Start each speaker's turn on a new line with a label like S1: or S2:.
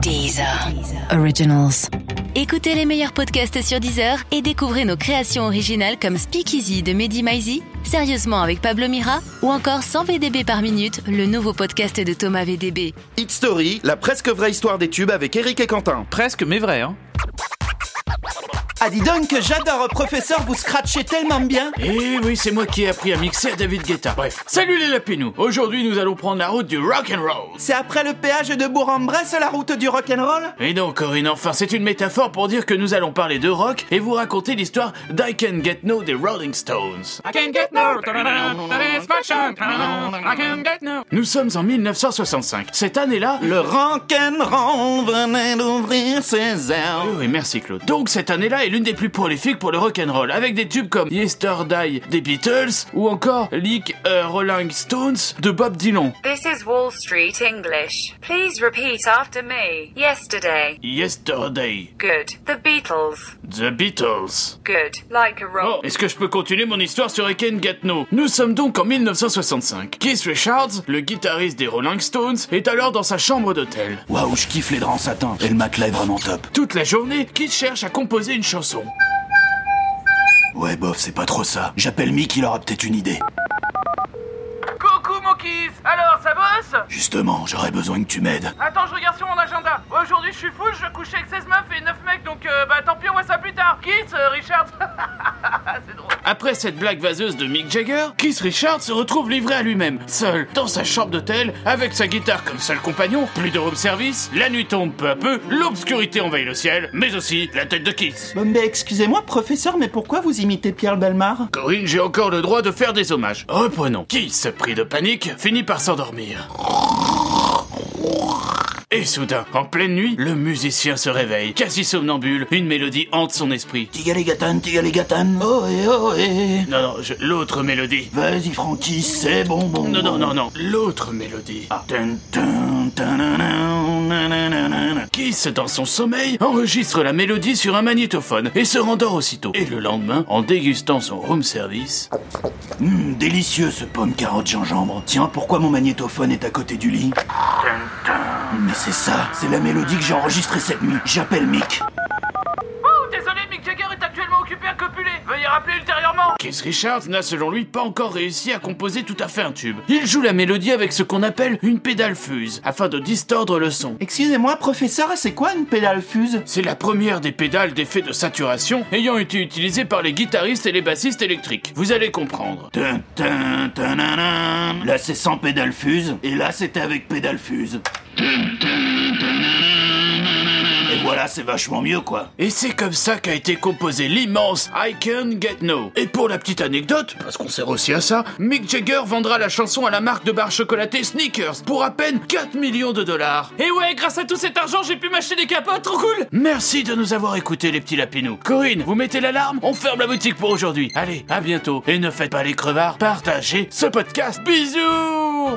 S1: Deezer. Originals. Écoutez les meilleurs podcasts sur Deezer et découvrez nos créations originales comme Speakeasy de Mehdi Maizi, Sérieusement avec Pablo Mira ou encore 100 VDB par minute, le nouveau podcast de Thomas VDB.
S2: Hit Story, la presque vraie histoire des tubes avec Eric et Quentin.
S3: Presque, mais vrai, hein
S4: Ah dis donc que j'adore, professeur, vous scratchez tellement bien
S3: Eh oui, c'est moi qui ai appris à mixer à David Guetta. Bref, salut les lapinous Aujourd'hui, nous allons prendre la route du rock'n'roll
S4: C'est après le péage de Bourg-en-Bresse la route du rock'n'roll
S3: Et donc, Corinne, enfin, c'est une métaphore pour dire que nous allons parler de rock et vous raconter l'histoire d'I Can Get No des Rolling Stones.
S5: I can get no satisfaction. I can get no.
S3: Nous sommes en 1965. Cette année-là...
S4: Le rock'n'roll venait d'ouvrir ses ailes.
S3: Oui, oui, merci Claude. Donc cette année-là est l'une des plus prolifiques pour le rock'n'roll, avec des tubes comme Yesterday des Beatles ou encore Lick euh, Rolling Stones de Bob Dylan.
S6: This is Wall Street English. Please repeat after me. Yesterday.
S3: Yesterday,
S6: Good. The Beatles.
S3: The Beatles.
S6: Good. Like a
S3: Oh,
S6: rock.
S3: est-ce que je peux continuer mon histoire sur Eken Gatno Nous sommes donc en 1965. Keith Richards, le guitariste des Rolling Stones, est alors dans sa chambre d'hôtel.
S7: Waouh, je kiffe les draps en satin et le matelas est vraiment top.
S3: Toute la journée, Keith cherche à composer une chanson.
S7: Ouais, bof, c'est pas trop ça. J'appelle Mick, il aura peut-être une idée.
S5: Coucou mon kiss Alors ça bosse
S7: Justement, j'aurais besoin que tu m'aides.
S5: Attends, je regarde sur mon agenda. Aujourd'hui je suis full, je couche avec 16 meufs et 9 mecs donc euh, bah tant pis, on voit ça plus tard. Kiss, euh, Richard. C'est drôle.
S3: Après cette blague vaseuse de Mick Jagger, Keith Richards se retrouve livré à lui-même, seul, dans sa chambre d'hôtel, avec sa guitare comme seul compagnon, plus de room service, la nuit tombe peu à peu, l'obscurité envahit le ciel, mais aussi la tête de Keith.
S4: Bon ben excusez-moi, professeur, mais pourquoi vous imitez Pierre Belmar
S3: Corinne, j'ai encore le droit de faire des hommages. Reprenons. Keith, pris de panique, finit par s'endormir. Et soudain, en pleine nuit, le musicien se réveille. Quasi somnambule, une mélodie hante son esprit.
S7: Tigaligatan, tigaligatan. Oh
S4: eh,
S7: et oh et.
S3: Non, non, je- l'autre mélodie.
S7: Vas-y, Francky, c'est bon, bon.
S3: Non, non,
S7: bon.
S3: non, non, l'autre mélodie. Ah.
S7: Tun, tun, tanana, nanana.
S3: Kiss, dans son sommeil, enregistre la mélodie sur un magnétophone et se rendort aussitôt. Et le lendemain, en dégustant son room service,
S7: Hum, délicieux ce pomme carotte gingembre. Tiens, pourquoi mon magnétophone est à côté du lit Mais c'est ça, c'est la mélodie que j'ai enregistrée cette nuit. J'appelle Mick.
S5: Ouh, désolé, Mick Jagger est actuellement occupé à copuler. Veuillez rappeler ultérieurement.
S3: Keith Richards n'a selon lui pas encore réussi à composer tout à fait un tube. Il joue la mélodie avec ce qu'on appelle une pédale fuse, afin de distordre le son.
S4: Excusez-moi, professeur, c'est quoi une pédale fuse
S3: C'est la première des pédales d'effet de saturation ayant été utilisée par les guitaristes et les bassistes électriques. Vous allez comprendre.
S7: Tin, tin, tananan. Là c'est sans pédale fuse et là c'était avec pédale fuse. Tin, tin, tananan. Et voilà c'est vachement mieux quoi.
S3: Et c'est comme ça qu'a été composé l'immense I Can Get No. Et pour la petite anecdote, parce qu'on sert aussi à ça, Mick Jagger vendra la chanson à la marque de barres chocolatées Sneakers pour à peine 4 millions de dollars.
S5: Et ouais, grâce à tout cet argent, j'ai pu m'acheter des capotes, trop cool
S3: Merci de nous avoir écoutés les petits lapinous. Corinne, vous mettez l'alarme On ferme la boutique pour aujourd'hui. Allez, à bientôt. Et ne faites pas les crevards, partagez ce podcast. Bisous